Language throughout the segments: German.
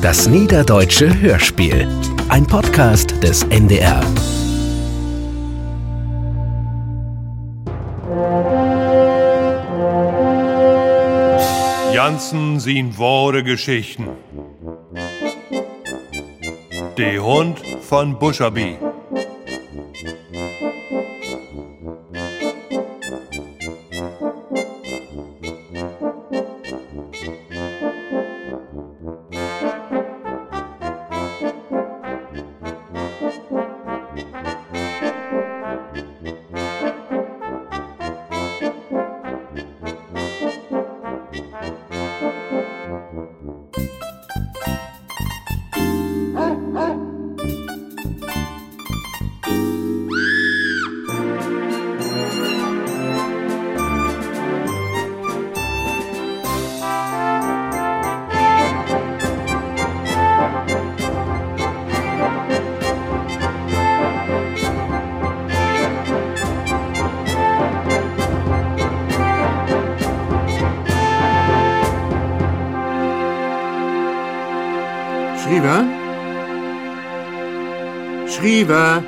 Das Niederdeutsche Hörspiel. Ein Podcast des NDR. Jansen sind wahre Geschichten. Der Hund von Buscherby. Schriever? Schriever?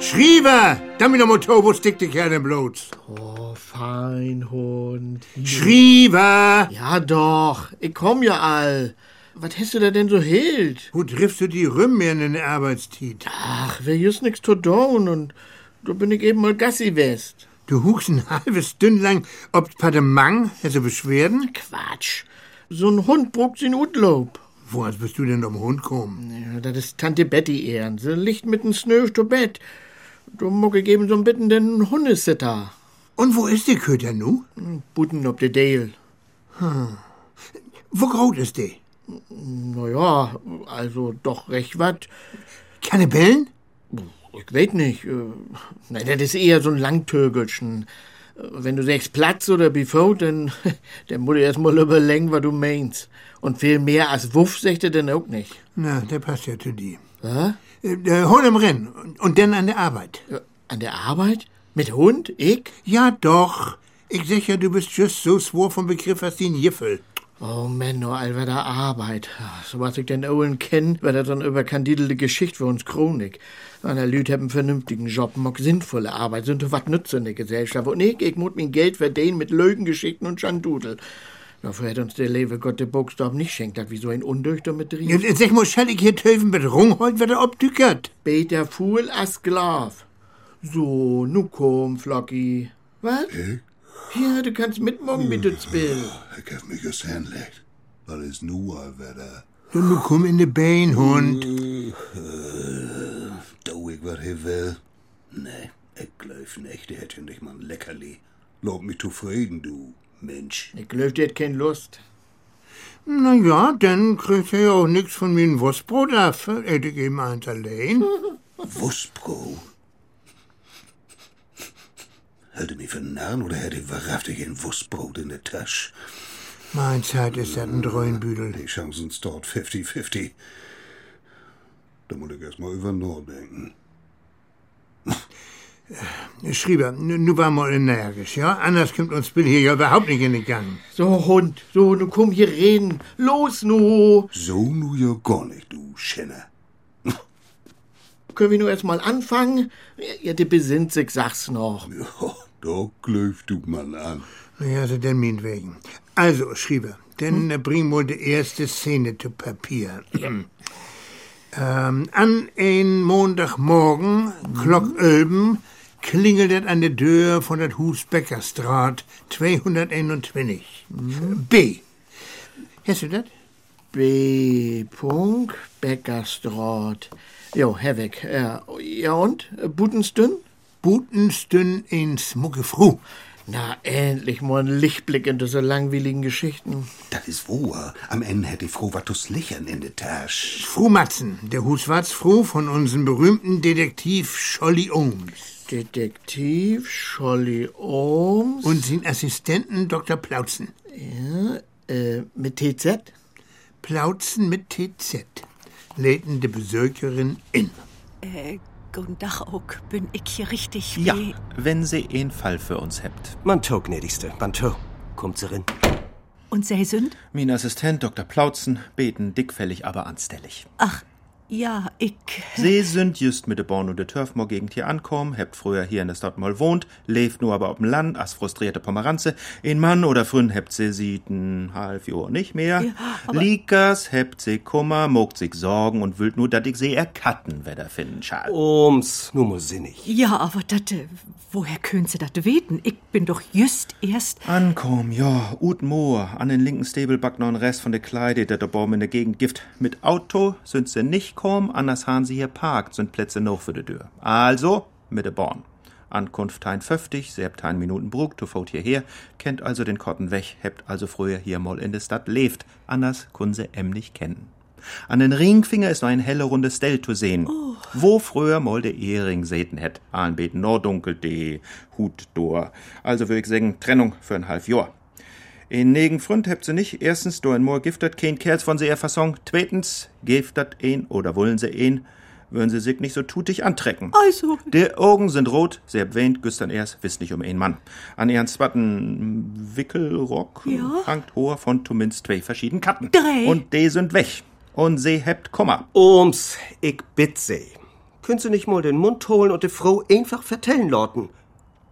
Schriever! Damit der Motor, wo stickt dich her denn bloß? Oh, Feinhund. Schriever! Ja doch, ich komm ja all. Was hast du da denn so hilt? Wo triffst du die Rümmer in den Arbeitstit? Ach, wer just nix zu tun und da bin ich eben mal Gassi west. Du hugst ein halbes Dünn lang, ob Pademang, also Beschwerden? Quatsch. So ein Hund bruckt sin Utlob. Woher bist du denn am Hund kommen? Ja, das ist Tante Betty ehren. Sie liegt mit'n Snöf zu Bett. Du muck ich eben so ein bitten den Hundesitter. Hm, Und wo ist die Köter nu? Buten ob de Dale. Wo groß ist die? Na ja, also doch recht wat. Keine Bellen? Ich weet nicht. äh, Na, das ist eher so ein Langtögelchen. Äh, Wenn du sagst Platz oder Bifo, dann, dann muss ich erst mal überlegen, was du meinst. Und viel mehr als Wuff sagt er denn auch nicht. Na, der passt ja zu dir. Hä? Äh, der Hund im Rennen und, und dann an der Arbeit. Äh, An der Arbeit? Mit Hund? Ich? Ja, doch. Ich sag ja, du bist just so swor vom Begriff als den Jiffel. Oh Mann, nur all wer da Arbeit. Ach, So was ich den Owen kenn, wär das dann überkandidelte Geschicht für uns Chronik. Einer Lüd haben vernünftigen Job, mock sinnvolle Arbeit, sind doch was nützt in der Gesellschaft. Und ich, ich mut mein Geld verdienen mit Lügengeschichten und Schandudel. Dafür hätt uns der liebe Gott der Buchstab nicht schenkt, dat wie so ein Undüchter mit drin. Jetzt jetzt sag mal, schall ich hier töfen mit Rung, heute wird er obdückert. Beter Fuhl as Sklav. So, nu komm, Flocky. Was? Ja, du kannst mitmachen, wie du will. Ik heb me gesandlegd. Wat is nu al verder? Du, nu komm in de Bein, Hund. Äh, Doe ik wat hij wil? Nee, ik geloof niet. Die hätte nicht mal ein Leckerli. Lob mich zufrieden, du Mensch. Ich glaub, die hat kein Lust. Na ja, dann kriegt er ja auch nix von mir ein Wurstbrot ab. Hätte ich ihm eins allein. Wurstbro. Hält er mich für einen Narren oder hätte ich wahrhaftig ein Wurstbrot in der Tasche? Mein Zeit ist das ein Dröhnbüdel. Die Chancen sind dort 50-50. Da muss ich erst mal über nachdenken. Schrieber, nu nu war mal energisch, ja? Anders kommt uns Bill hier ja überhaupt nicht in den Gang. So, Hund, so, nun komm hier reden. Los, nu. So nu ja gar nicht, du Schenner. Können wir nur erstmal anfangen? Ja, der besinnt sich, sag's noch. Ja, da klöft du mal an. Naja, so denn meinetwegen. Also, Schrieber, denn hm? bring wohl die erste Szene zu Papier. ähm, an ein Montagmorgen, Hm? Glock Ölben, klingelt es an der Tür von der Husbeckerstraat 221. Hm? B. Hast du das? B. Punkt, Bäckerstraat. Jo, Herweg. Ja, ja und? Butenstünn? Butenstünn in Smucke Fru. Na, endlich mal ein Lichtblick in diese langweiligen Geschichten. Das ist wahr. Am Ende hätte ich froh, was du's Lächeln in der Tasche. Fru Matzen, der Huswarts Fru von unserem berühmten Detektiv Scholli Ohms Detektiv Scholli Ohms. und seinen Assistenten Dr. Plautzen. äh, mit TZ? Plautzen mit TZ. Läden der Besökerin in. Äh, guten Tag, Oak. Bin ich hier richtig? Ja, wie- wenn sie einen Fall für uns hebt. Man to, gnädigste. Man to. Kommt sie rein. Und sie sind? Mein Assistent Dr. Plautzen beten dickfällig, aber anstellig. Ach, ja, ich. Sie sind just mit der Born- und der Turfmoor-Gegend hier ankommen, hebt früher hier in der Stadt mal wohnt, lebt nur aber auf dem Land, als frustrierte Pomeranze. Ein Mann oder Frün hebt sie sieht ein halb Jahr nicht mehr. aber- Likas hebt sie Kummer, mogt sich Sorgen und wüllt nur, dat ich sie erkatten, wer da finden schall. Ums, nur mal sinnig. Ja, aber dat, äh, woher können sie dat weten? Ich bin doch just erst. Ankom, ja, ut Moor, an den linken Stäbelback noch ein Rest von der Kleide, der der Baum in der Gegend gift. Mit Auto sind sie nicht komm, anders han sie hier parkt, sind Plätze noch für die Tür. Also, mit der Born. Ankunft tein 50, selbst tein Minuten Brug, to faut hierher, kennt also den Kotten weg, hebt also früher hier mal in der Stadt lebt, anders kun se em nicht kennen. An den Ringfinger ist noch ein helle rundes Stell zu sehen, wo früher mal der Ehering säten hätt. Anbeten nur dunkel, de Hut dor. Also würd ich sagen, Trennung für ein halb Jahr. In negen Front hebt sie nicht. Erstens, do ein Moor giftet kein Kerls von sie ihr Fasson. Zweitens, giftet ihn oder wollen sie ihn, würden sie sich nicht so tutig antrecken. Also, Die Augen sind rot, sie erwähnt gestern erst, wisst nicht um einen Mann. An ihren zwatten Wickelrock Ja. hangt hoher von zumindest zwei verschiedenen Katten. Drei. Und die sind weg. Und sie hebt Kummer. Ums, ich bitt sie. Können Sie nicht mal den Mund holen und die Frau einfach vertellen lorten?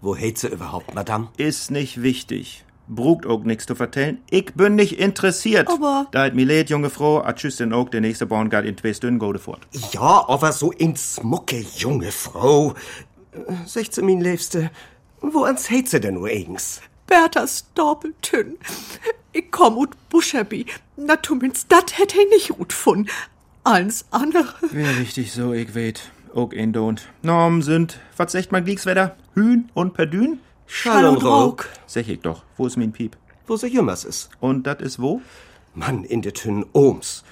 Wo hält sie überhaupt, Madame? Ist nicht wichtig. Brugt auch nix zu vertellen. Ich bin nicht interessiert. Aber- Da hat mir leid, junge Frau. A tschüss den auch, der nächste Borngard in zwei Stunden gode fort. Ja, aber so in Smucke, junge Frau. Äh, Sagt sie, mein Liebste, wo ans hält sie denn nur eigens? Berthas Doppeltön. Ich komm ut Buscherbi. Na, zumindest dat hätt ich nicht gut von. Alles andere. Wär wichtig so, ich weet. Auch in don't. Norm sind, was sagt man Gliekswetter? Hühn und Perdün? Schall und Rock. Sech ich doch. Wo ist mein Piep? Wo sie jümmers ist. Und dat ist wo? Mann, in der Tünn Ohms.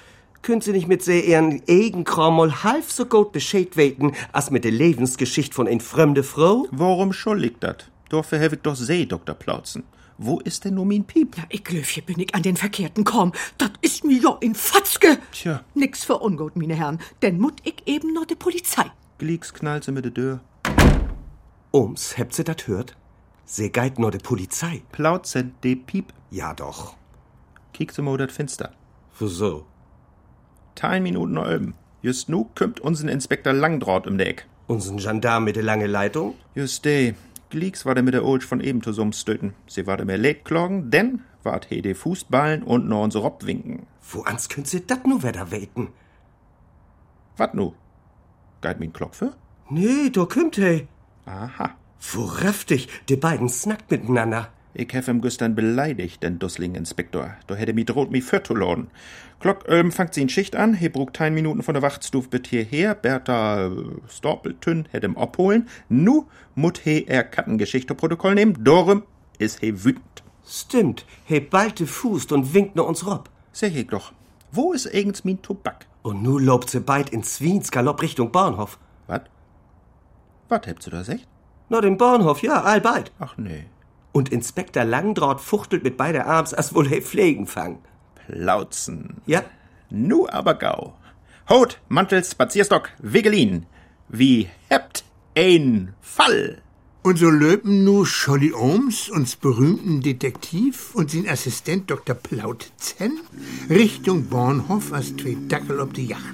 Können Sie nicht mit sehr Ihren eigen Kram mal halb so gut Bescheid weten, als mit der Lebensgeschichte von ein fremde Frau? Warum schuldig dat? Dafür habe ich doch See, Dr. Plautzen. Wo ist denn nur mein Piep? Ich glaub, hier bin ich an den Verkehrten komm. Dat ist mir ja in Fatzke. Tja. Nix für ungut, meine Herren. Denn mut ich eben noch de Polizei. Glieks knallt sie mit der Tür. Ohms, habt Sie dat hört? Sie geit nur der Polizei. Plautzen, de Piep. Ja doch. Kiek sie mal dat Finster. Wieso? Tein Minuten oben. Just nu kümmt uns'n Inspektor Langdraht um de Eck. Unseren Gendarm mit der lange Leitung? Just de. Glieks war der mit der Ulsch von eben zusammenstöten. Sie war der mehr Legklagen, denn wart he de Fußballen und nur unser Rob winken. Wo ans können Sie dat nur wieder weten? Wat nu? Geit min Klock für? Nee, da kümmt hey. Aha. Wo raftig, die beiden snackt miteinander. Ich hef ihm gestern beleidigt, den Dussling Inspektor. Da hätte mi droht, mi für zu lohnen. Glock, ähm, fangt sie in Schicht an, he brugt tein Minuten von der Wachtstuf bit hierher, Bertha äh, Storpeltün hätt ihm abholen. Nu mut he er Kattengeschichte Protokoll nehmen, dorum is he wütend. Stimmt, hey ballte Fuß und winkt nur uns rob. Sag ich doch, wo is eigens min Tobak? Und nu lobt sie beid ins Wiens Galopp Richtung Bahnhof. Wat? Wat hebt du da secht? Na, den Bahnhof, ja, allbald. Ach nee, Und Inspektor Langdraht fuchtelt mit beider Arms, als wohl er Pflegen fangen. Plauzen. Ja, Nu aber gau. Haut, Mantel, Spazierstock, Wigelin. Wie hebt ein Fall? Und so löpen nu Scholli Ohms, uns berühmten Detektiv, und sin Assistent Dr. Plautzen Richtung Bornhof als zwei Dackel ob die Yacht.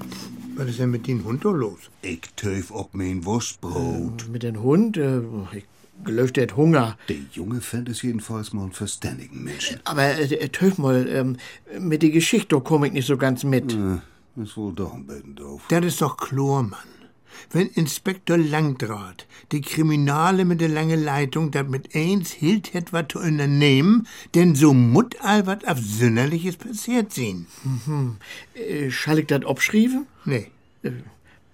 Was ist denn mit den Hund da los? Ich töf ob mein Wurstbrot. Mit dem Hund, äh, ich glaub, der hat Hunger. Der Junge fällt es jedenfalls mal einen verständigen Menschen. Aber äh, töf mal, ähm, mit der Geschichte da komm ich nicht so ganz mit. Äh, Ist wohl doch ein bisschen doof. Das ist doch Chlor, Mann. Wenn Inspektor Langdraht die Kriminale mit der langen Leitung damit eins hielt, hätt was zu unternehmen, denn so mut all wat Absünderliches passiert sehen. Äh, schall ich das abschrieben? Äh, Nee,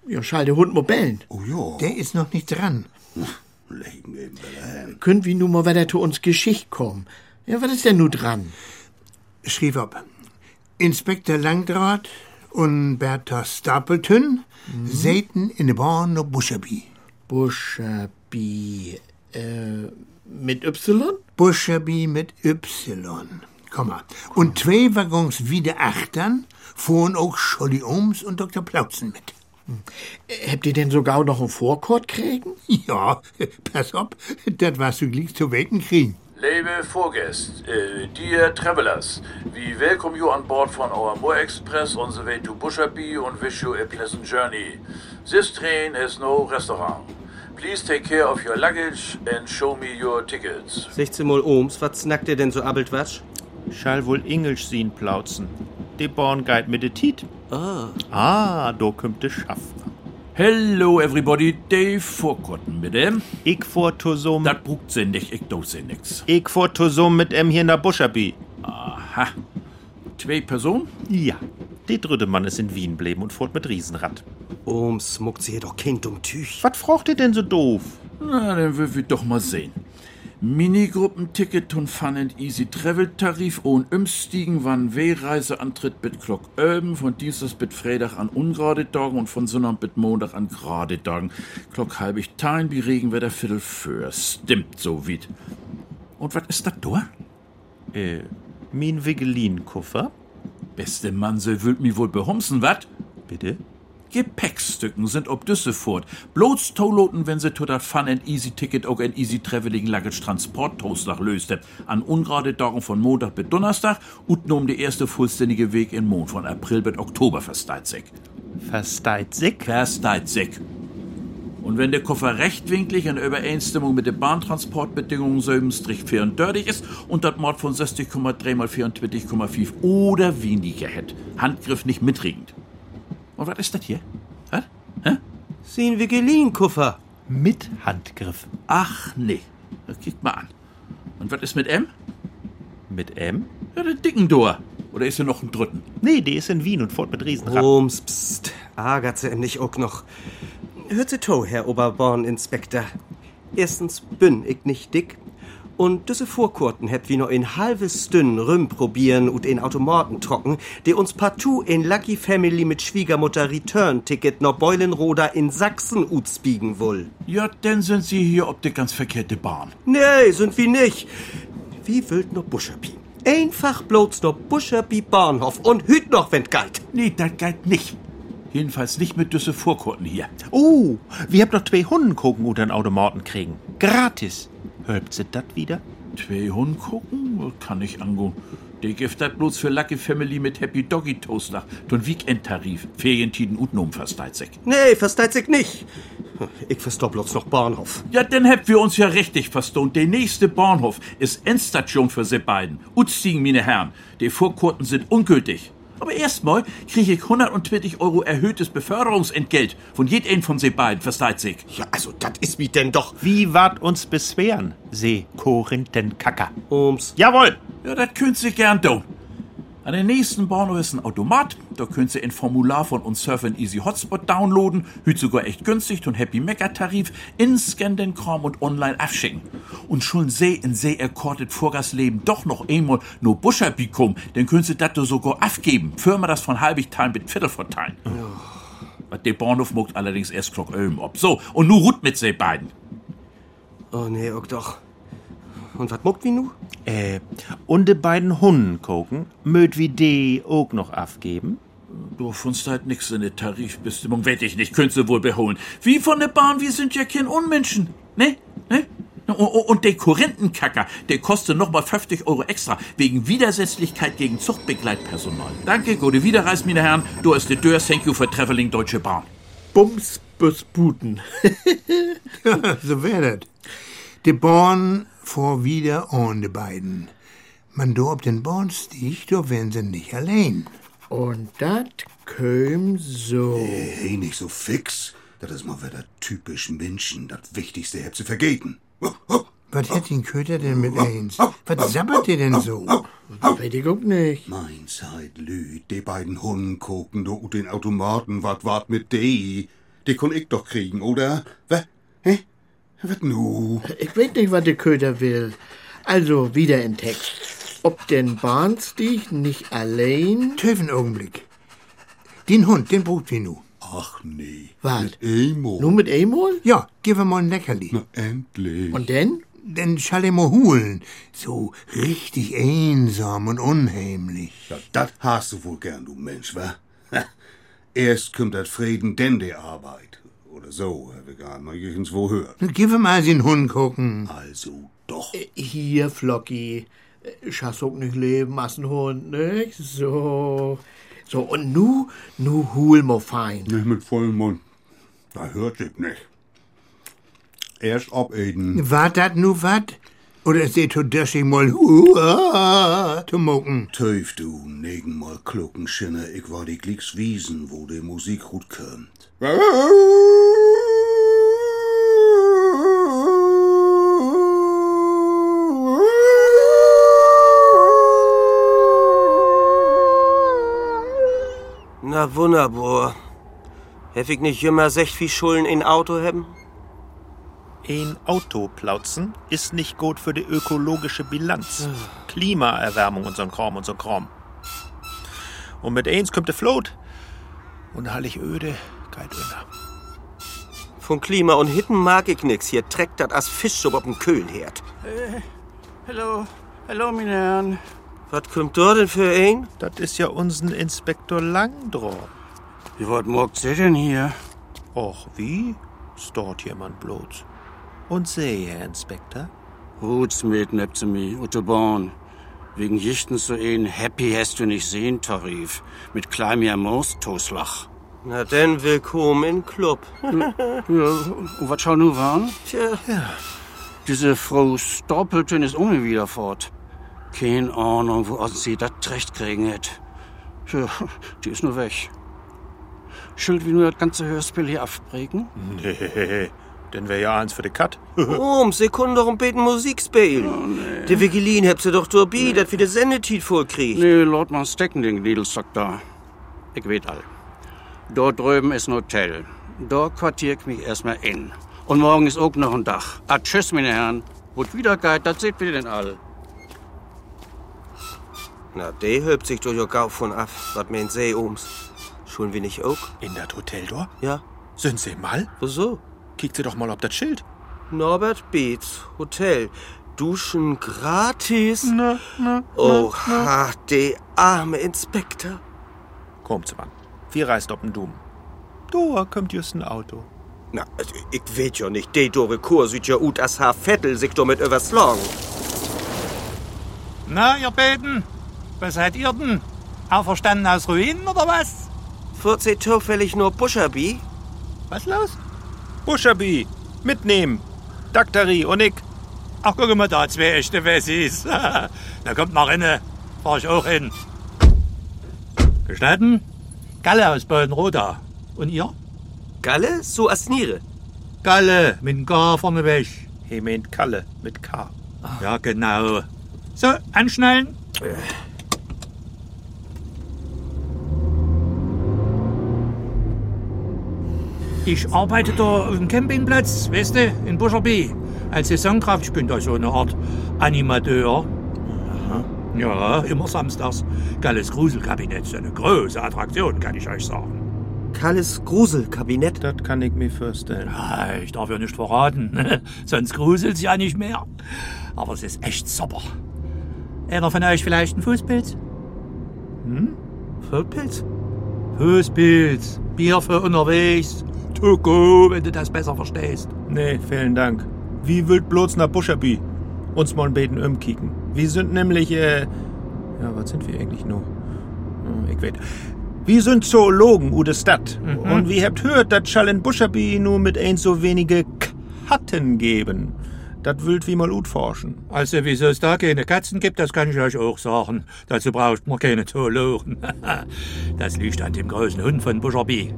Ja, schall der Hund mal bellen. Oh ja, der ist noch nicht dran. legen wir ihm wieder hin. Können wir nun mal wieder zu uns Geschichte kommen? Ja, was ist denn nun dran? schrieb ab. Inspektor Langdraht und Bertha Stapleton mhm. säten in der Born und Buscherby. Buschabi, äh, mit Y? Buscherby mit Y, Komma. Und zwei Waggons wieder achtern fuhren auch Scholli Ohms und Dr. Plautzen mit. Äh, Habt ihr denn sogar noch einen Vorkort kriegen? Ja, pass ab, das warst du gleich zu wecken kriegen. Liebe Vorgäst, äh, dear travelers, we welcome you on board from our Moor Express on the way to Bushabi and wish you a pleasant journey. This train has no restaurant. Please take care of your luggage and show me your tickets. 16 Mal um, Ohms, was snackt ihr denn so abelt was? Schall wohl Englisch sehen plauzen. De Born Guide mit de Tiet. Ah. Ah, do kümmt de Schaffner. Hello everybody, Dave Vorkotten mit dem. Ich vor Tosum. Das brugt sie nicht, ich doof sie nix. Ich vor Tosum mit em hier in der Buschabi. Ha, zwei Personen? Ja. De dritte Mann ist in Wien bleiben und fort mit Riesenrad. Ohms muckt sie hier doch kein dumm Tüch. Was fragt ihr denn so doof? Na, dann will wir doch mal sehen. Minigruppenticket und Fun and Easy Travel Tarif ohne Umstiegen, wann W-Reiseantritt mit Glock Öben, von Dienstag bis Freitag an ungerade Tagen und von Sonntag bis Montag an gerade Tagen. Glock halbig Teilen, wie Regenwetter Viertel für. Stimmt so weit. Und was ist das da? Äh, Min Wigelin-Koffer? Beste Mann, sie will mi wohl behumsen, wat? Bitte? Gepäckstücken sind ob Düsseldorf. Bloß Toloten, wenn sie to dat Fun and Easy Ticket auch ein Easy Traveling Luggage Transport Toastdach löste. An ungerade Tagen von Montag bis Donnerstag und um der erste vollständige Weg in Mond von April bis Oktober versteizig. Versteit sich? Versteizig. Und wenn der Koffer rechtwinklig in Übereinstimmung mit den Bahntransportbedingungen 7-34 ist und das Mord von 60,3 mal 24,5 oder weniger hätt, Handgriff nicht mitregend. Und was ist das hier? Was? Sehen wir geliehen, Kuffer. Mit Handgriff. Ach nee. Na, Kick mal an. Und was ist mit M? Mit M? Ja, der Dickendor. Oder ist hier noch ein dritten? Nee, die ist in Wien und fort mit Riesenrad. Ohms, pst, ärgert sie em nicht auch noch. Hört sie to, Herr Oberborninspektor. Erstens bin ich nicht dick. Und diese Vorkurten hätt wie noch ein halbes Stünn Rüm probieren und in Automaten trocken, die uns partout in Lucky Family mit Schwiegermutter Return-Ticket nach Beulenroda in Sachsen utspiegen will. Ja, dann sind Sie hier ob der ganz verkehrte Bahn. Nee, sind wir nicht. Wie wild noch Buscherpi? Einfach bloß noch Buscherpi Bahnhof und hüt noch, wenn's galt. Nee, das geht nicht. Jedenfalls nicht mit düsse Vorkurten hier. Oh, wir habt noch zwei Hunden gucken oder einen Automaten kriegen. Gratis. Hört sie dat wieder? Zwei Hunden gucken? Kann ich angucken. Der gibt das bloß für Lucky Family mit Happy Doggy Toaster. Den Weekend-Tarif. Ferientiden und Numfasteizeck. Nee, versteht sich nicht. Ich verstopp bloß noch Bahnhof. Ja, dann hätten wir uns ja richtig verstanden. Der nächste Bahnhof ist Endstation für sie beiden. Utstigen, meine Herren. Die Vorkurten sind ungültig. Aber erstmal kriege ich 120 Euro erhöhtes Beförderungsentgelt von jedem von sie beiden, versteht sich. Ja, also, das ist wie denn doch. Wie wart uns beschweren? See Korinthenkacker. Ums. Jawohl! Ja, das könnt sie gern tun. An der nächsten Bahnhof ist ein Automat. Da könnt ihr ein Formular von uns Surfin Easy Hotspot downloaden. Hüt sogar echt günstig und Happy Mecker Tarif. Inscan den Kram und online abschicken. Und schon seh in seh erkortet Vorgasleben doch noch einmal nur Buscherpikum. Dann könnt ihr das da sogar abgeben. Firma das von halbig teilen mit Viertel verteilen. Was Der Bahnhof muckt allerdings erst Glock Ölm ob. So, und nu ruht mit sie beiden. Oh, nee, auch doch. Und was muckt wie nu? Äh, und de beiden Hunden gucken, möt wie de ook noch afgeben? Du findest halt nix in der Tarifbestimmung, werd ich nicht, könntest du wohl beholen. Wie von der Bahn, wir sind ja kein Unmenschen. Ne? Ne? Und, und der Korinthenkacker, der kostet nochmal 50 Euro extra, wegen Widersetzlichkeit gegen Zuchtbegleitpersonal. Danke, gute Wiederreis, meine Herren. Du hast de Dörr, thank you for traveling Deutsche Bahn. Bums, Bus, Buten. so wär das. De Born vor wieder ohne beiden. Man do ob den Born sticht, do wären sie nicht allein. Und dat köm so. Hey, nicht so fix. Das ist mal wieder typisch Menschen. Das Wichtigste habt sie vergeten. Oh, oh, Was hätt den Köter denn mit eins? Was sabbert ihr denn so? Entschuldigung nicht. Mein Zeit lüd, die beiden Hunden gucken do und den Automaten, wat wart mit de? Die kon ich doch kriegen, oder? Wä? Hä? Wat nu? Ich weiß nicht, was der Köder will. Also, wieder in Text. Ob den Bahnstieg nicht allein. Töven Augenblick. Den Hund, den braucht wir nu. Ach nee. Wat? Emo. Nur mit Emol? Ja, gib ihm mal ein Leckerli. Endlich. Und denn? Denn schall ihm mal holen. So richtig einsam und unheimlich. Ja, das hast du wohl gern, du Mensch, wa? Ha, Erst kommt das Frieden, denn die Arbeit. oder so, Herr Vegan, man irgendwo hört. Nun, gehen wir mal den Hund gucken. Also doch. Äh, Hier, Flocki. Äh, Schaffst auch nicht leben, hast einen Hund, nicht? So. So, und nu, nu hol mal fein. Nicht mit vollem Mund. Da hört sich nicht. Erst ob Eden. War das nu wat? Oder ist der Todeschi mal uah, zu mucken? Töf du, negen mal Kluckenschinne, ich war die Glicks Wiesen, wo die Musik gut kömmt. Na wunderbar. Hätt ich nicht immer sech viel Schulden in Auto haben? Ein Autoplauzen ist nicht gut für die ökologische Bilanz. Klimaerwärmung und so'n Kram und so'n Kram. Und mit eins kommt der Float. Und hallig öde, kalt öder. Von Klima und Hitten mag ich nix. Hier trägt dat as Fischsuppe ob'm Köhlherd. Hallo, hallo, Äh, meine Herren. Wat kümmt dort denn für ein? Das ist ja unseren Inspektor Langdrop. Wie wat mockt ihr denn hier? Och, wie? Stort jemand bloß. Und sehe, Herr Inspektor, Huts mit Neptemi, Autobahn. Wegen Jichten so ein Happy hast du nicht sehen, Tarif. Mit kleinem Moos, Toslach. Na denn, willkommen im Club. Ja, und wat schau nu warn? Tja, Diese Frau Stoppelton ist ohne wieder fort. Keine Ahnung, wo sie das recht kriegen hat. Tja, die ist nur weg. Schuld wie nur das ganze Hörspiel hier abbrechen? Nee, denn wär ja eins für die Cut. oh, um Sekunde um beten Musik Oh, spielen. Die Vigilin habt ihr doch durchbi, dat wir de Sendetitel vollkriegt. Nee, Lord mal stecken den Niedelstock da. Ich weet all. Dort drüben ist ein Hotel. Dort quartier ich mich erstmal in. Und morgen ist auch noch ein Dach. Ah, tschüss, meine Herren. Gut Wiederkeit, das seht ihr denn all. Na, de hülpt sich durch ihr Gauf von ab, wat mir in See ums. Schon wir nicht auch? In dat Hoteldor? Ja, Sind Sie mal? wieso? Kickt Sie doch mal ob das Schild. Norbert Beetz, Hotel. Duschen gratis. Ne, Na, na, oh, ha, de arme Inspektor. Kommt's, Mann. Wir reist ob'n Dum. Da kommt just ein Auto. Na, also, ich weet ja nicht, de dore Kur sieht ja ut as ha Vettel sich damit überslagen. Na, ihr Beten, was seid ihr denn? Auferstanden aus Ruinen oder was? 14 zufällig nur Buscherbi? Was los? Buschabi, mitnehmen. Daktari und ich. Ach, guck mal da, zwei echte Wessis. Na, kommt mal rein, fahr ich auch hin. Gestatten? Galle aus Bodenroda. Und ihr? Galle, so as Niere. Galle, mit dem Gar vorne weg. He meint Kalle mit K. Ja, genau. So, anschnallen. Ich arbeite da auf dem Campingplatz, weißt du, in Buscherby. Als Saisonkraft, ich bin da so eine Art Animateur. Ja, immer samstags. Galles Gruselkabinett, so eine große Attraktion, kann ich euch sagen. Kalles Gruselkabinett. Das kann ich mir vorstellen. Ah, Ich darf ja nicht verraten, sonst gruselt's ja nicht mehr. Aber es ist echt super. Einer von euch vielleicht ein Fußpilz? Vollpilz? Fußpilz, Bier für unterwegs, to go, wenn du das besser verstehst. Nee, vielen Dank. Wie wild bloß nach Buschabi? Uns mal beten umkicken. Wir sind nämlich, äh, ja, was sind wir eigentlich noch? Hm, Ich weiß. Wir sind Zoologen u de Stadt. Mhm. Und wir habt hört, dat schall in Buschabi nur mit ein so wenige Katten geben. Dat wild wie mal ut forschen. Also, wieso es da keine Katzen gibt, das kann ich euch auch sagen. Dazu braucht man keine Zoologen. Das liegt an dem großen Hund von Buscherby.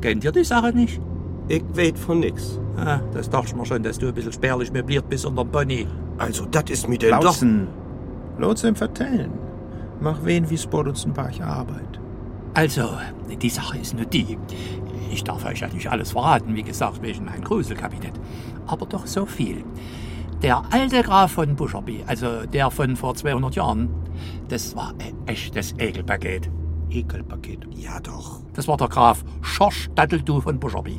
Kennt ihr die Sache nicht? Ich weet von nix. Ah, das dachte ich mir schon, dass du ein bisschen spärlich möbliert bist unterm Pony. Also, das ist mir denn doch. Lautzen. Lautzen vertellen. Mach wen wie Sport uns ein paar Arbeit. Also, die Sache ist nur die. Ich darf euch ja nicht alles verraten, wie gesagt, wegen meinem Gruselkabinett. Aber doch so viel. Der alte Graf von Buscherby, also der von vor 200 Jahren, das war ein echtes Ekelpaket. Ekelpaket. Ja, doch. Das war der Graf Schorsch Datteldu von Buscherby.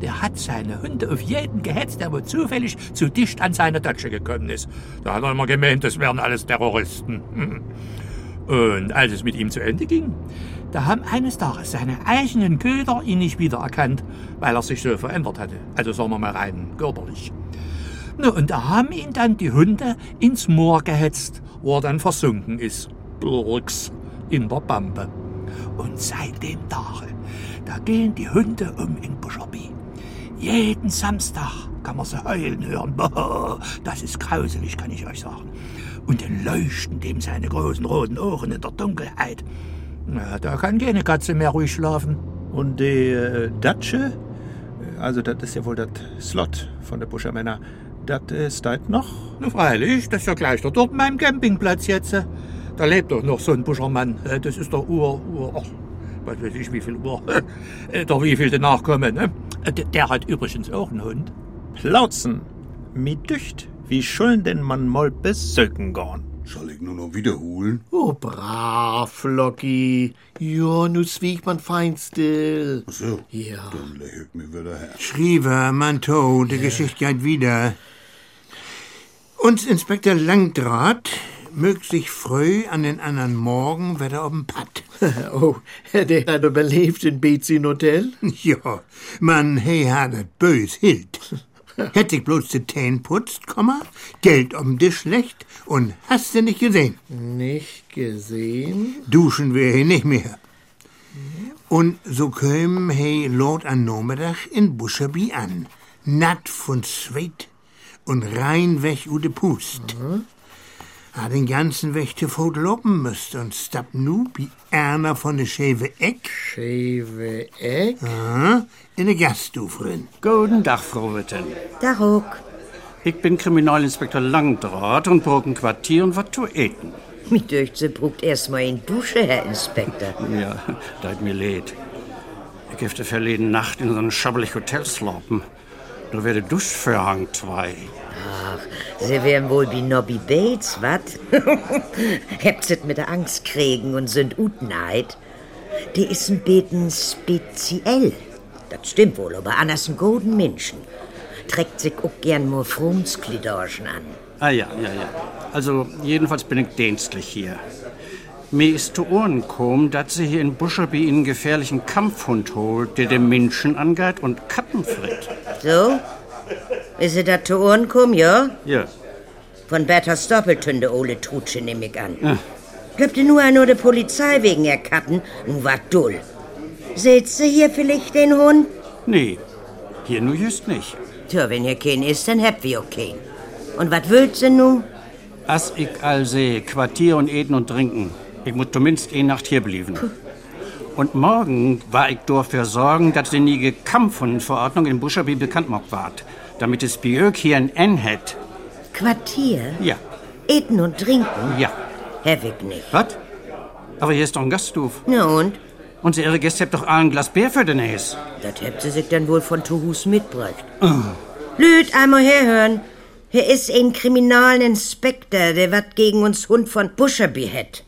Der hat seine Hunde auf jeden gehetzt, der wohl zufällig zu dicht an seine Datsche gekommen ist. Da hat er immer gemeint, das wären alles Terroristen. Hm. Und als es mit ihm zu Ende ging, Da haben eines Tages seine eigenen Köder ihn nicht wiedererkannt. weil er sich so verändert hatte, also sagen wir mal rein körperlich, Na, und da haben ihn dann die Hunde ins Moor gehetzt. wo er dann versunken ist. Blurks in der Pampe. Und seit dem Tage, da gehen die Hunde um in Buscherby. Jeden Samstag kann man sie heulen hören. Das ist grauselig, kann ich euch sagen. Und dann leuchten dem seine großen roten Ohren in der Dunkelheit. Na, da kann keine Katze mehr ruhig schlafen. Und die äh, Datsche, also das ist ja wohl das Slot von der Buschermänner, das ist das noch? Na freilich, das ist ja gleich da dort meinem Campingplatz jetzt. Da lebt doch noch so ein Buschermann. Äh, Das ist der Ur, Ur, ach, was weiß ich, wie viel Uhr. Doch wie viel der Nachkomme, ne? Äh, Der, der hat übrigens auch einen Hund. Plauzen, mi dücht, wie schulden denn man mal besöcken gorn? Soll ich nur noch wiederholen? Oh, brav, Flocki. Ja, nu schwieg man fein still. So, ja. dann lehrt mir wieder her. Schriever, Manto, die Geschichte geht wieder. Uns Inspektor Langdraht mögt sich früh an den anderen Morgen wieder auf dem Patt. oh, der hat überlebt in Bezin Hotel? Ja, man, hey, hat das bös hilt. Hätte ich bloß die Tänen putzt, Komma, Geld um Tisch schlecht und hast du nicht gesehen. Nicht gesehen? Duschen wir hier nicht mehr. Und so kämen hey Lord an Nomedach in Buscherby an. Natt von Sweet und rein weg ude Pust. Ha den ganzen Weg zu Fot loppen müsst und stapp nu bi Erna von de Schäve Eck. Schäve Eck? Aha, in de Gaststufe rin. Guten Tag, Frau Witten. Der Ruck. Ich bin Kriminalinspektor Langdraht und Burgen Quartier und was zu eten. Mich dürft sie brucht erstmal in Dusche, Herr Inspektor. Ja, da hat mir leid. Ich habe verleden Nacht in so einem schabbelig Hotel sloppen. Da werde Duschverhang zwei. Ach, sie wären wohl wie Nobby Bates, wat? Hebt sie mit der Angst kriegen und sind utneid. Die ist ein beten speziell. Das stimmt wohl, aber anders ein guten Menschen. Trägt sich auch gern nur Frumsklidoschen an. Ah ja, ja, ja. Also jedenfalls bin ich dienstlich hier. Mir ist zu Ohren gekommen, dass sie hier in Buscherby einen gefährlichen Kampfhund holt, der den Menschen angeht und Kappen fritt. So? Ist sie da zu Ohren kommen, ja? Ja. Von Berthas Doppeltünde, Ole Trutsche, nehm ich an. Ah. Glaubt ihr nur nur der Polizei wegen ihr Katten? Nun war dull. Seht ihr hier vielleicht den Hund? Nee, hier nur just nicht. Tja, wenn hier keinen ist, dann habt ihr auch keinen. Und was wollt sie nun? As ich allse Quartier und Eten und Trinken. Ich muss zumindest eine Nacht hier blieben. Und morgen war ich dafür sorgen, dass die nie und Verordnung in Buscherby bekannt mag ward, damit es Björk hier ein N hat. Quartier? Ja, Eten und trinken? Oh ja. Hab ich nicht. Was? Aber hier ist doch ein Gasthof. Na und? Unsere ihre Gäste habt doch alle ein Glas Bier für den Eis. Das habt sie sich dann wohl von Tohus mitbracht. Ah. Lüt, einmal herhören. Hier ist ein Kriminalinspektor, der wat gegen uns Hund von Buscherby hat.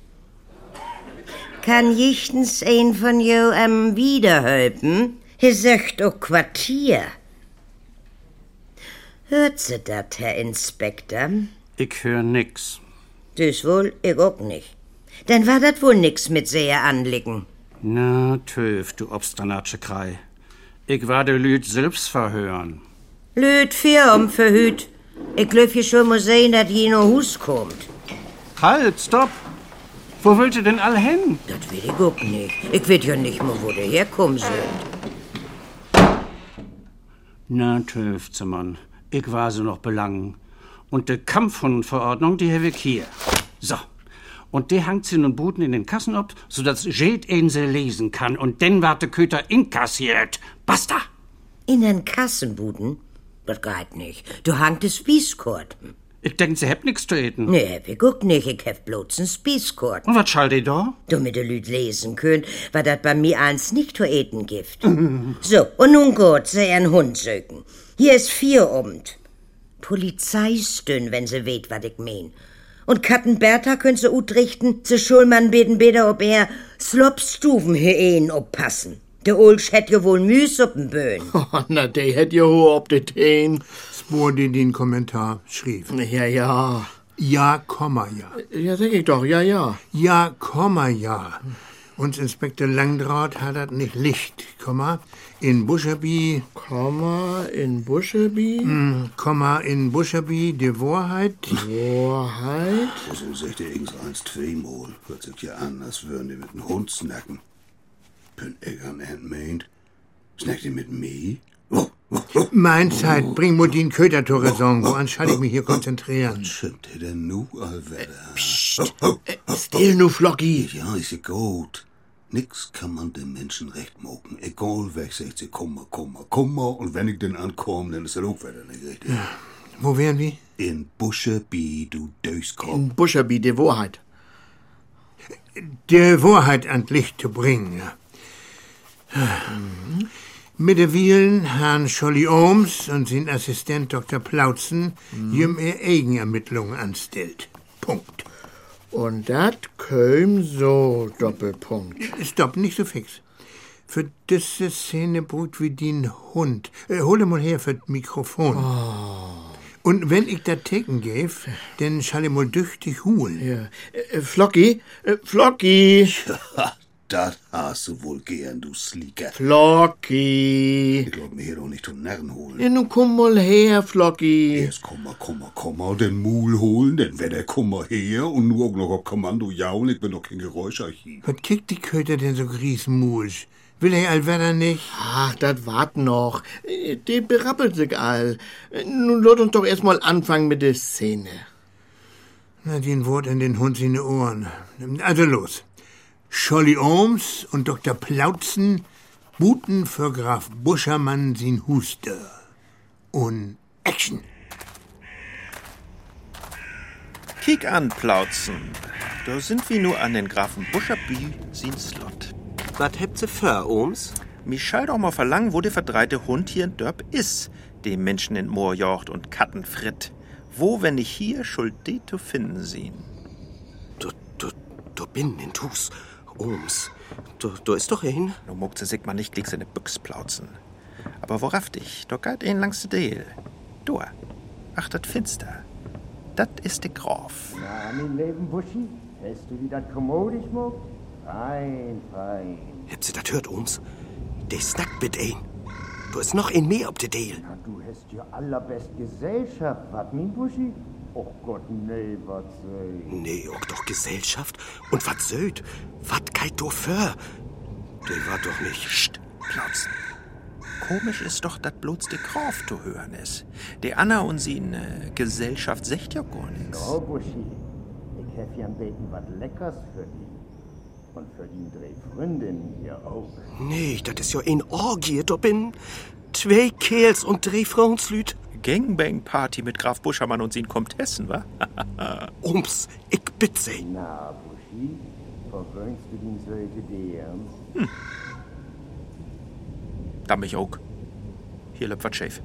Kann jichtens ein von jo am wiederhelfen? Hier sagt o Quartier. Hört sie dat, Herr Inspektor? Ich höre nix. Das wohl, ich auch nicht. Dann war dat wohl nix mit sehr anlicken. Na, Töf, du obstanatsche Krei. Ich werde Lüd selbst verhören. Lüt vier um verhüt. Ich glaub, hier schon muss sehen, dat jeno Hus kommt. Halt, stopp! Wo wollt ihr denn all hin? Das will ich auch nicht. Ich weiß ja nicht mehr, wo der herkommen soll. Na, Tölfzemann, ich war so noch belangen. Und de Kampfhundenverordnung, die habe ich hier. So. Und die hangt sie nun Buten in den Kassen ab, sodass jed ihn sie lesen kann. Und denn ward der Köter inkassiert. Basta! In den Kassenbuden? Das geht nicht. Du hangt es Spießkort. Ich denk, sie hebt nix zu eten. Nee, hab ich auch nicht. Ich hab bloß ein Spießkort. Und was schallt ihr da? Damit die Lüd lesen könnt, war das bei mir eins nicht zu eten gibt. so, und nun gut, sei ein Hund söken. Hier ist vier umt. Polizei stön, wenn sie weht, wat ich mein. Und Katten Bertha könnt sie utrichten, sie Schulmann beten beder ob er Slopstufen hier een oppassen. Der Ulsch hätt jo wohl Müs op den Böen. Oh, na, der hätt ja hoch ob den Tänen. Spor dir den Kommentar schrieb. Ja, ja. Ja, Komma, ja. Ja, denke ich doch, ja, ja. Ja, Komma, ja. Uns Inspektor Langdraht hat das nicht Licht, Komma, in Buscherby. Komma, in Buscherby? Mm, Komma, in Buscherby, die Wahrheit. Wahrheit? So sagt ihr irgends eins zweimal. Hört sich ja an, als würden die mit dem Hund snacken. Bin ich an Hand meint. Snackt ihr mit mir? Mein Zeit, bring mir den Köder zur Raison, wo anscheinend ich mich hier konzentrieren. Schimmt ihr denn nu, Alweder? Äh, Still nu, Flocki. Ja, ist ja gut. Nix kann man den Menschen recht mogen. Egal, wer sagt, sie kummer, kummer, kummer. Und wenn ich denn ankomme, dann ist der auch wieder nicht richtig. Wo wären wir? In Busche, bi du Döskopf. In Buscherby, die Wahrheit. Die Wahrheit ans Licht zu bringen. Mhm. Mit der Wielen Herrn Scholli Ohms und sein Assistent Dr. Plautzen jüm er Eigenermittlungen anstellt. Punkt. Und das köm so, Doppelpunkt. Äh, Stopp, nicht so fix. Für diese Szene brut wie den Hund. Äh, hole mal her für das Mikrofon. Oh. Und wenn ich da ticken gäb, dann schall ich mal düchtig hulen. Ja. Äh, Flocki, äh, Flocki, Ha, das hast du wohl gern, du Sleeker. Flocki. Ich glaub mir hier doch nicht zum Narren holen. Ja, nun komm mal her, Flocki. Erst Kummer, Kummer, Kummer, den Mul holen, dann wär der Kummer her und nur auch noch auf Kommando jaulen. Ich bin doch kein Geräuscharchiv. Was kickt die Köder denn so griesmusch? Will er Alverda nicht? Ach, Ah, das wart noch. Äh, Die berappelt sich all. Äh, Nun lot uns doch erstmal anfangen mit der Szene. Na, den Wort in den Hund seine Ohren. Also los. Scholli Ohms und Dr. Plautzen buten für Graf Buschermann sin Huster. Und Action! Kiek an, Plautzen. Da sind wir nur an den Grafen Buscherby, sin Slot. Was habt ihr für, Ohms? Mich schall doch mal verlangen, wo der verdreite Hund hier in Dörp ist, dem Menschen in Moor jocht und Katten fritt. Wo, wenn nicht hier, schuld die zu finden sehen? Du, du, du bin in Tus. Ohms. Du, du ist doch hin. Nu muckt sie sich mal nicht gleich seine Büchs plauzen. Aber worauf dich? Doch geht ihn langs de Deel. Du, ach, dat Finster. Dat ist de Graf. Na, mein Leben, Buschi, hast du wieder kommodisch muckt? Fein, fein. Habt ihr das hört, Ohms? Der snackt mit ein. Du ist noch ein mehr ob der Deal. Na, du hast ja allerbest Gesellschaft, wat, mein Buschi? Och Gott, nee, wat sei. Nee, auch doch Gesellschaft. Und wat söd? Wat keit du für? Der war doch nicht. Psst, Plauzen. Komisch ist doch, dat bloß de Graf zu hören ist. De Anna und sie in äh, Gesellschaft secht ja gar nix. So, Buschi, ich hef hier am Beten wat Leckers für dich. Und für die drei Freundinnen hier auch. Nee, das ist ja ein Orgie, du bin. Zwei Kerls und drei Frauenslüt. Gangbang-Party mit Graf Buschermann und sin Komtessen, wa? Ohms, ich bitt sie. Na, Buschi, verwöhnst du den solche hm? dir? Da Hm. mich auch. Hier läuft was schief.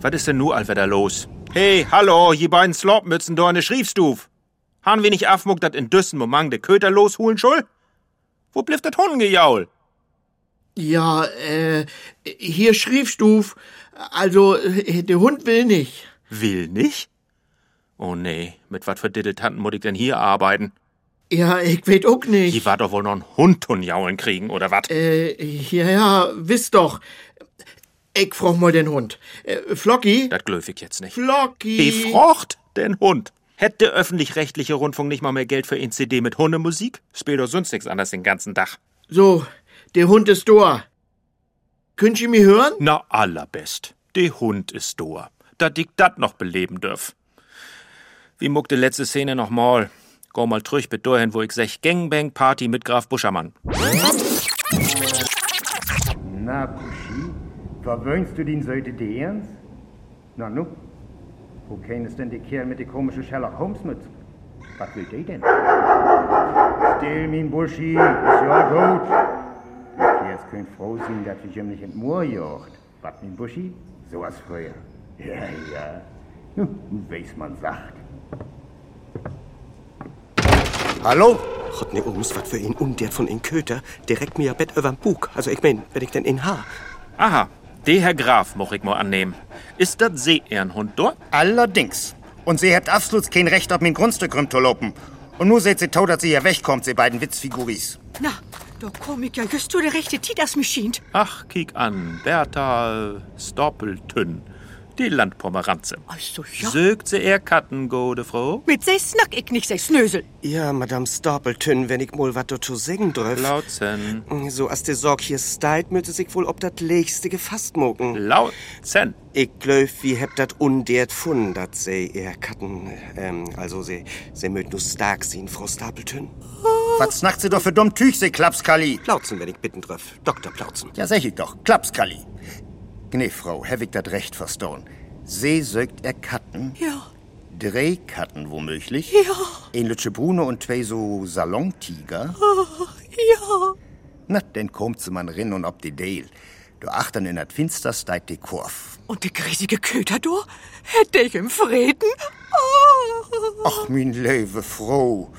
Was ist denn nu allwetter los? Hey, hallo, je beiden Slopmützen do an der Schriefstuf. Han wir nicht afmuck, dat in düssen Momang de Köter losholen schull? Wo blifft dat Hundengejaul? Ja, äh, hier Schriefstuf. Also, äh, der Hund will nicht. Will nicht? Oh nee, mit wat für Diddeltanten muss ich denn hier arbeiten? Ja, ich weet auch nicht. Die war doch wohl noch einen Hund tun jaulen kriegen, oder wat? Äh, ja, ja, wisst doch. Ich frag mal den Hund. Äh, Flocki? Dat glöf ich jetzt nicht. Flocki! Befrocht den Hund. Hätte der öffentlich-rechtliche Rundfunk nicht mal mehr Geld für ein CD mit Hundemusik? Spielt doch sonst nix anders den ganzen Tag. So, der Hund ist da. Könnt ihr mich hören? Na allerbest, de Hund ist doa, da dick dat noch beleben dürf. Wie muck de letzte Szene noch mal? Geh mal trüch mit dorthin, wo ich sech Gangbang Party mit Graf Buschermann. Na, Buschi, verwöhnst du den solche dir? Na nu, wo käme es denn der Kerl mit der komischen Sherlock Holmes-Mütze? Was will der denn? Still, mein Buschi, ist ja gut. Der Kerl ist kein froh sein, dass ich ihm nicht in Moor jocht. Was, mein Buschi? Sowas früher. Ja, ja. Nu, wie's man sagt. Hallo? Gott, ne Ohms, wat für ein Undert von ein Köter. Direkt mir ja Bett überm Bug. Also ich mein, wenn ich denn in Haar. Aha, de Herr Graf moch ich mal annehmen. Ist dat Seeehrenhund dort? Allerdings. Und sie habt absolut kein Recht, auf mein Grundstück rumzulopen. Und nur seht sie to, dass sie hier wegkommt, sie beiden Witzfiguris. Na, da komm ich ja just zu der rechte Tiet, das mich schient. Ach, kiek an, Bertha Stoppeltünn, die Landpomeranze. Ach so, ja. Sögt sie er Katten, gode Frau? Mit sei snack ich nicht, sei Snösel. Ja, Madame Stapleton, wenn ich mal wat dazu singen dröf. Lautzen. So als der Sorg hier steit, müsste sich wohl ob dat Legste gefasst mogen. Lautzen. Ich glaub, wie heb dat undert fun, dat se ihr Katten, ähm, also se, se mögt nur stark sehen, Frau Stapleton. Was snackt sie doch für dumm Tüch, sie Klapskali? Plautzen, wenn ich bitten dröf. Dr. Plautzen. Ja, sag ich doch, Klapskali. Nee, Frau, hab ich dat recht verstauen. See sögt er Katten. Ja. Drei Katten womöglich. Ja. Ein Lütsche Bruno und zwei so Salontiger. Oh, ja. Na, denn kommt sie man rin und ob die Dale. Du achtern in dat Finster steit die Kurf. Und die riesige Köter, du? Hätte ich im Frieden? Oh. Ach, mein Lewe, Frau.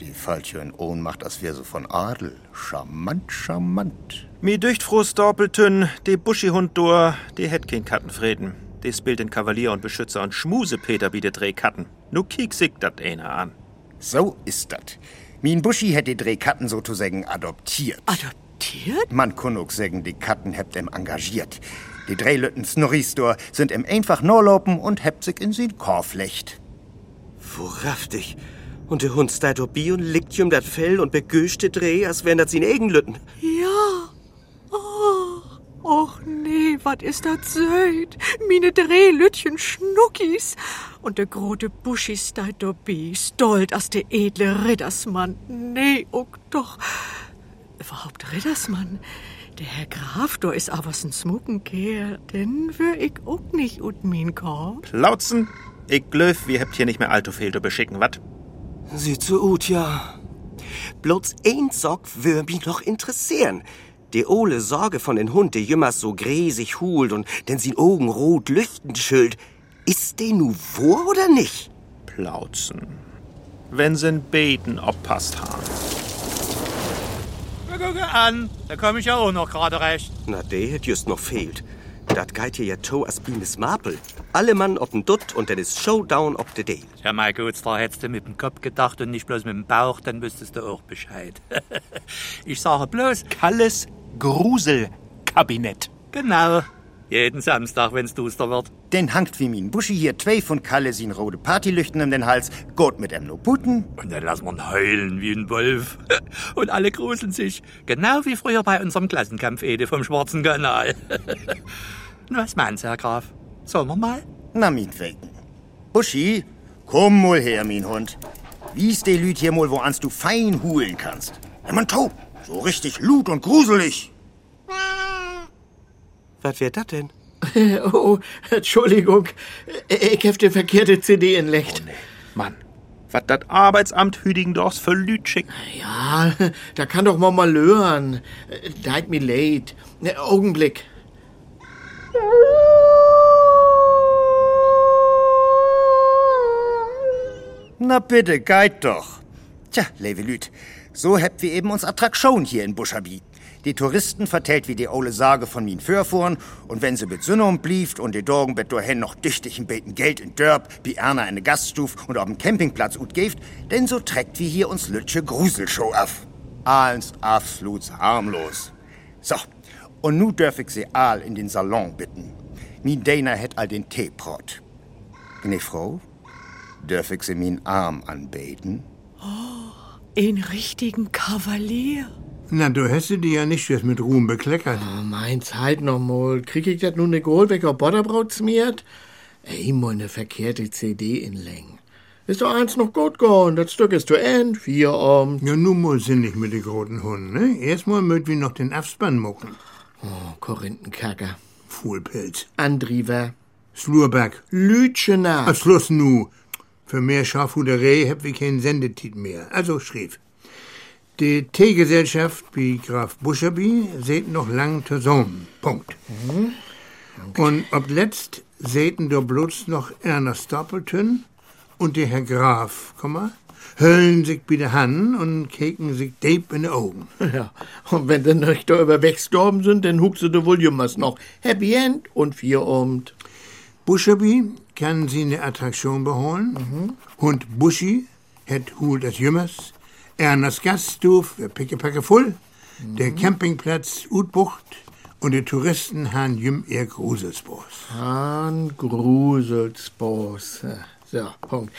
Die falsche in Ohnmacht, als wär sie von Adel. Charmant, charmant. Mi dücht froh Stoppeltünn, de Buschihund dur, de hätt kein Kattenfreden. Des Bild den Kavalier und Beschützer und Schmusepeter bietet drei Katten. Nu kiek sich dat einer an. So ist dat. Min Buschi hätt die drei Katten sozusagen adoptiert. Adoptiert? Man kann auch sagen, die Katten hebt em engagiert. Die drei Lütten Snorristor sind em einfach norlopen und hebt sich in sin Korflecht. Woraff dich? Und der Hund steit ob bi und lickt ihm dat Fell und begüschte Dreh, als wären dat sin Eigenlütten. Ja. Oh. Och nee, wat is dat söd? Mine drei Lütchen Schnuckis. Und der grote Buschi steit dobi, stolt as der edle Riddersmann. Nee, och doch. Überhaupt Riddersmann? Der Herr Graf, do is aber's ein smucken Kerl. Den wär ich ook nicht ut min Korb. Plautzen, ich glöf, wir hebt hier nicht mehr Altofehlde beschicken, wat? Sieht so ut, ja. Bloß ein Sorg würd mich noch interessieren. Die Ole Sorge von den Hund, der jümmers so gräsig hult und denn sin Augen rot lüchtend schild. Ist de nu wo oder nicht? Plautzen. Wenn sie'n Beten oppasst haben. Na, guck an, da komme ich ja auch noch gerade recht. Na, de hätt just noch fehlt. Dat geit hier ja to as bi Miss Marple. Alle Mann ob'n Dutt und dann ist Showdown ob de Day. Ja, mal gut, zwar hättest du mit dem Kopf gedacht und nicht bloß mit dem Bauch, dann wüsstest du auch Bescheid. ich sage bloß... Kalles Gruselkabinett. Genau. Jeden Samstag, wenn's duster wird. Den hangt wie min Buschi hier zwei von Kalle sin rote Partylüchten um den Hals, Gott mit em no Puten. Und dann lassen wir ihn heulen wie ein Wolf. Und alle gruseln sich. Genau wie früher bei unserem Klassenkampf, Ede, vom Schwarzen Kanal. Nun, was meinst du, Herr Graf? Sollen wir mal? Na, meinetwegen. Buschi, komm mul her, min Hund. Wies de Lüt hier mul, wo ans du fein hulen kannst. Ja, man taub, so richtig lud und gruselig. Was wär dat denn? oh, Entschuldigung. Ich hab die verkehrte CD in Lecht. Oh, Mann, wat dat Arbeitsamt Hüdingendorfs für Lüt schickt. Ja, da kann doch mal mal lören. Deit mir late. Ne, Augenblick. Na bitte, geit doch. Tja, leve Lüt, so hebt wir eben uns Attraktion hier in Buschabi. Die Touristen vertellt, wie die Ole Sage von min Förfuhren, und wenn sie mit Sünnum blieft und die Dorgen bet dorthin noch düchtig im Beten Geld in Dörp, wie Erna eine Gaststuf und auf dem Campingplatz ut geft, denn so trägt wie hier uns Lütsche Gruselshow af. Ahls absolut harmlos. So, und nu dürf ich sie Aal in den Salon bitten. Min Dana hätt all den Tee prot. Ne, Frau, dürf ich sie min Arm anbeten? Oh, einen richtigen Kavalier. Na, du hast die ja nicht jetzt mit Ruhm bekleckert. Oh, mein Zeit noch mal. Krieg ich dat nun ne Goldwecker Butterbrot smiert? Ey, meine verkehrte CD in Längen. Ist doch eins noch gut gegangen. Das Stück ist zu End. Vier Abend. Ja, nun mal sind nicht mit den großen Hunden, ne? Erstmal mögt wir noch den Abspann mucken. Oh, Korinthenkacker. Fuhlpilz. Andriver. Slurberg. Lütschener. Ah, Schluss nu. Für mehr Schafhuderei hab wir keinen Sendetit mehr. Also schrieb. Die Teegesellschaft wie Graf Buscherby seht noch lang zusammen. Punkt. Mhm. Und ob letzt säten der bloß noch Ernest Stapleton und der Herr Graf, Komma, höllen sich wieder han und keken sich deep in die Augen. Ja, und wenn dann nicht da überweg gestorben sind, dann huckst du wohl jemals noch. Happy End und vier Abend. Buschabi kann sie eine Attraktion beholen. Und Buschi hat Hul das Jümmers. Erners Gasthof, der Pickepacke voll. Der Mhm. Campingplatz Utbucht. Und die Touristen haben Jüm ihr Gruselsbos. Han Gruselsbos. So, Punkt.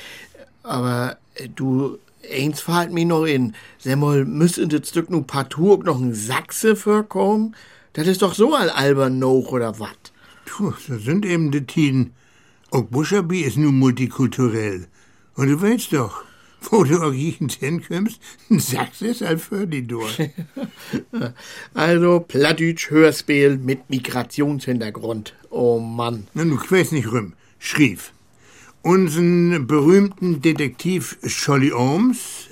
Aber äh, du, eins fällt mir noch in. Semmol, müsst in das Stück nun partout auch noch ein Sachse vorkommen? Das ist doch so ein albern noch, oder was? Puh, so sind eben die Tiden. Auch Buschabi ist nun multikulturell. Und du weißt doch, wo du auch jeden hinkommst, ein Sachse ist halt für die durch. Also Plattdütsch Hörspiel mit Migrationshintergrund. Oh Mann. Na, du quälst nicht rüm. Schrieb. Unseren berühmten Detektiv Scholly Ohms.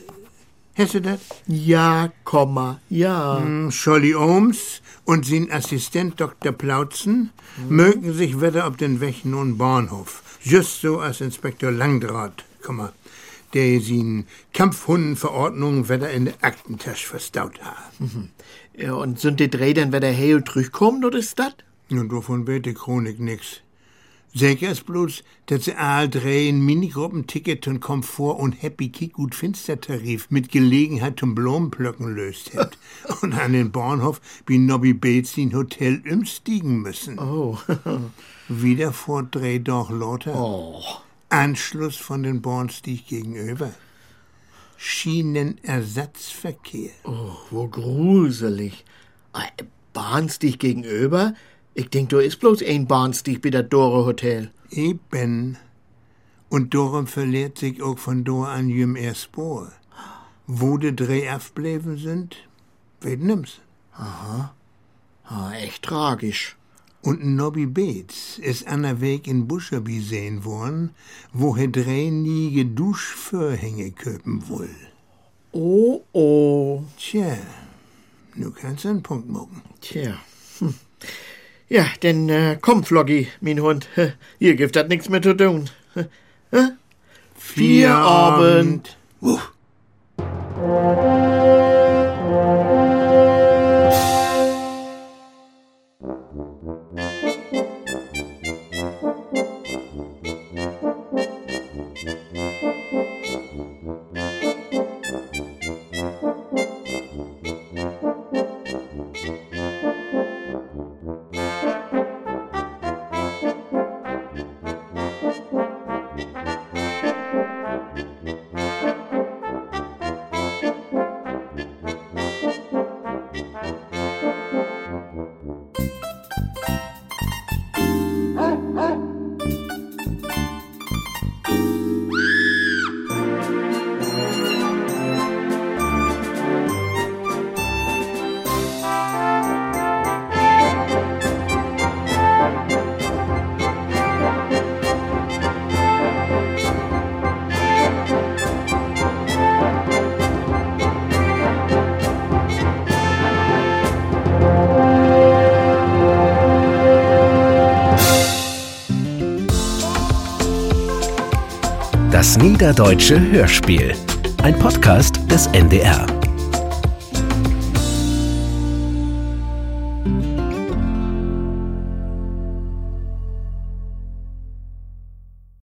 Hörst du das? Ja, Komma, ja. Hm, Scholly Ohms und sein Assistent Dr. Plautzen mögen sich wieder auf den Weg nun Bahnhof. Just so als Inspektor Langdraht, Komma, der sin Kampfhundenverordnung wieder in der Aktentasche verstaut hat. Mhm. Ja, und sind die drei dann, wenn der Hail durchkommt, oder ist das? Und davon wird die Chronik nix. Säger ist bloß, dass sie all drei ein Minigruppenticket und Komfort und Happy Kick gut Finstertarif mit Gelegenheit zum Blumenpflücken löst hätt. und an den Bahnhof wie Nobby Bates in Hotel umstiegen müssen. Oh. Wieder vor drei doch lauter. Oh. Anschluss von den Bornstieg gegenüber. Schienenersatzverkehr. Oh, wo gruselig. Bahnstich gegenüber? Ich denk, du ist bloß ein Bahnstich bei der Dore Hotel. Eben. Und darum verliert sich auch von Dor an Jüm er Spor. Wo die drei aufbleiben sind, wer nimm's. Aha. Ah, echt tragisch. Und Nobby Bates ist an der Weg in Buscherby sehen worden, wo er drei nie geduscht Vorhänge köpen wohl. Oh, oh. Tja, du kannst einen Punkt mucken. Tja. Hm. Ja, denn äh, komm, Floggy, mein Hund. Hier gibt das nichts mehr zu tun. Hä? Vier Abend. Das Niederdeutsche Hörspiel. Ein Podcast des NDR.